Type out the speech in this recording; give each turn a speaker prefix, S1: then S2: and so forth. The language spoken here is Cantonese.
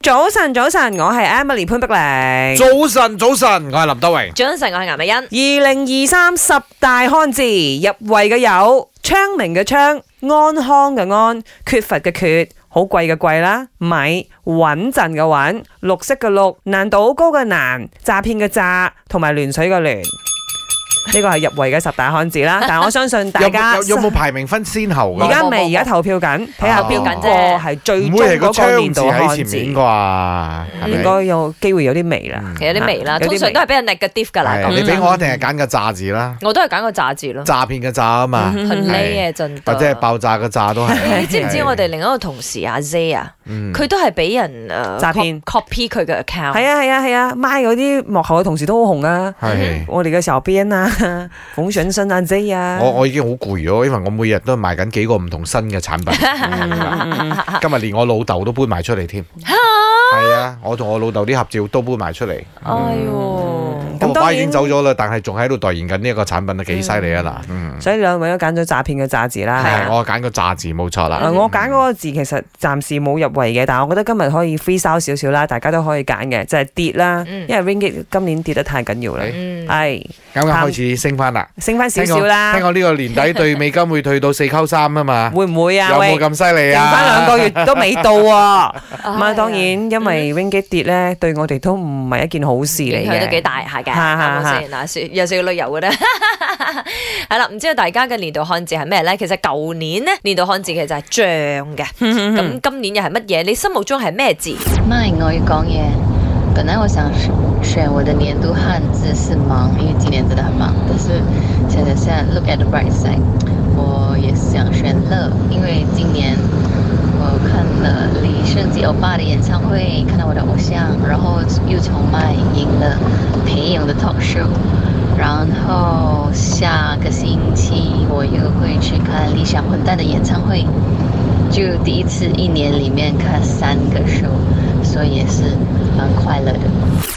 S1: 早晨，早晨，我係 Emily 潘碧玲。
S2: 早晨，早晨，我係林德榮。
S3: 早晨，我係顏美欣。
S1: 二零二三十大漢字入圍嘅有昌明嘅昌、安康嘅安、缺乏嘅缺、好貴嘅貴啦、米、穩陣嘅穩、綠色嘅綠、難度好高嘅難、詐騙嘅詐同埋亂水嘅亂。呢個係入圍嘅十大漢字 啦，但我相信大
S2: 有
S1: 家
S2: 冇有有 冇排名分先後
S1: 而
S2: 㗎？
S1: 家未，而家投票緊，睇下
S2: 投票
S1: 邊
S2: 緊
S1: 個
S3: 啫
S1: 係最
S2: 唔
S1: 終
S2: 會係個
S1: 嗰個年
S2: 槍字
S1: 度
S2: 喺
S1: 漢
S2: 前面
S1: 字
S2: 啩？。係咪
S1: 應該有機會有啲微啦，
S3: 其實有啲微
S2: 啊
S3: 啦，
S1: 有啲
S3: 通常都係俾人 negative 㗎啦。
S2: 係
S3: 咁
S2: 你俾我一定係揀個炸字啦，
S3: 我都係揀個炸字咯，
S2: 詐騙嘅炸啊嘛，
S1: 嗯
S3: 很叻嘅真
S2: 或
S3: 㗎。
S2: 者係爆炸嘅炸都 係。
S3: 你知唔知
S2: 係
S3: 我哋另一個同事阿 Z 啊，
S2: 嗯
S3: 佢都係俾人誒
S1: 詐騙
S3: copy 佢嘅 account。
S1: 係啊係啊係啊，My 嗰啲幕後嘅同事都好紅啊，
S2: 係
S1: 我哋嘅小編 啊，馮順生啊 J 啊，
S2: 我我已經好攰咗，因為我每日都賣緊幾個唔同新嘅產 品。 今日連我老豆都搬埋出嚟添。係啊，我同我老豆啲合照都搬埋出嚟。
S3: 哎呦，
S2: 我
S1: 咁
S2: 爸
S1: 當
S2: 已經
S1: 然，
S2: 走咗啦，但係仲喺度代言緊呢一個產品啊，幾犀利啊嗱！嗯，
S1: 所以兩位都揀咗詐騙嘅詐字啦。
S3: 係啊
S2: 係我哦揀個炸字冇錯啦
S1: 嗱，。我揀嗰個字其實暫時冇入圍嘅，但係我覺得今日可以 free style 少少啦，大家都可以揀嘅，就係跌啦，
S3: 嗯
S1: 因為 ringgit 今年跌得太緊要啦，
S2: 啊
S3: 嗯，
S1: 係
S2: 啱啱開始升翻啦，
S1: 升翻少
S2: 聽
S1: 少
S2: 講
S1: 啦
S2: 聽，講呢個年底對美金會退到四溝三啊嘛，
S1: 會唔會
S2: 有
S1: 啊？喂
S2: 冇，咁犀利
S1: 剩翻兩
S2: 啊？
S1: 個月都未到 喎。咁
S3: 哎
S1: 啊，
S3: 呀
S1: 當然，因為 ringgit 跌咧，對我哋都唔係一件好事嚟
S3: 嗯影響
S1: 嘅。
S3: 都幾大下嘅，
S1: 哈哈哈
S3: 係咪先？嗱，少有少少旅遊嘅咧。 係啦，唔知道大家嘅年度漢字係咩咧？其實舊年咧年度漢字其實係 漲嘅，咁今年又係乜嘢？你心目中係咩字？
S4: My，我要講嘢。本來我想選選我的年度漢字是忙，因為今年真的很忙。但是想想現在 look at the bright side，我也是想選樂，因為今年我看了李聖傑歐巴的演唱會，看到我的偶像，然後又從 My 贏了裴勇的 talk show。然後下個星期我又會去看理想混蛋的演唱會，就第一次一年裡面看三個 show，所以也是蠻快樂的。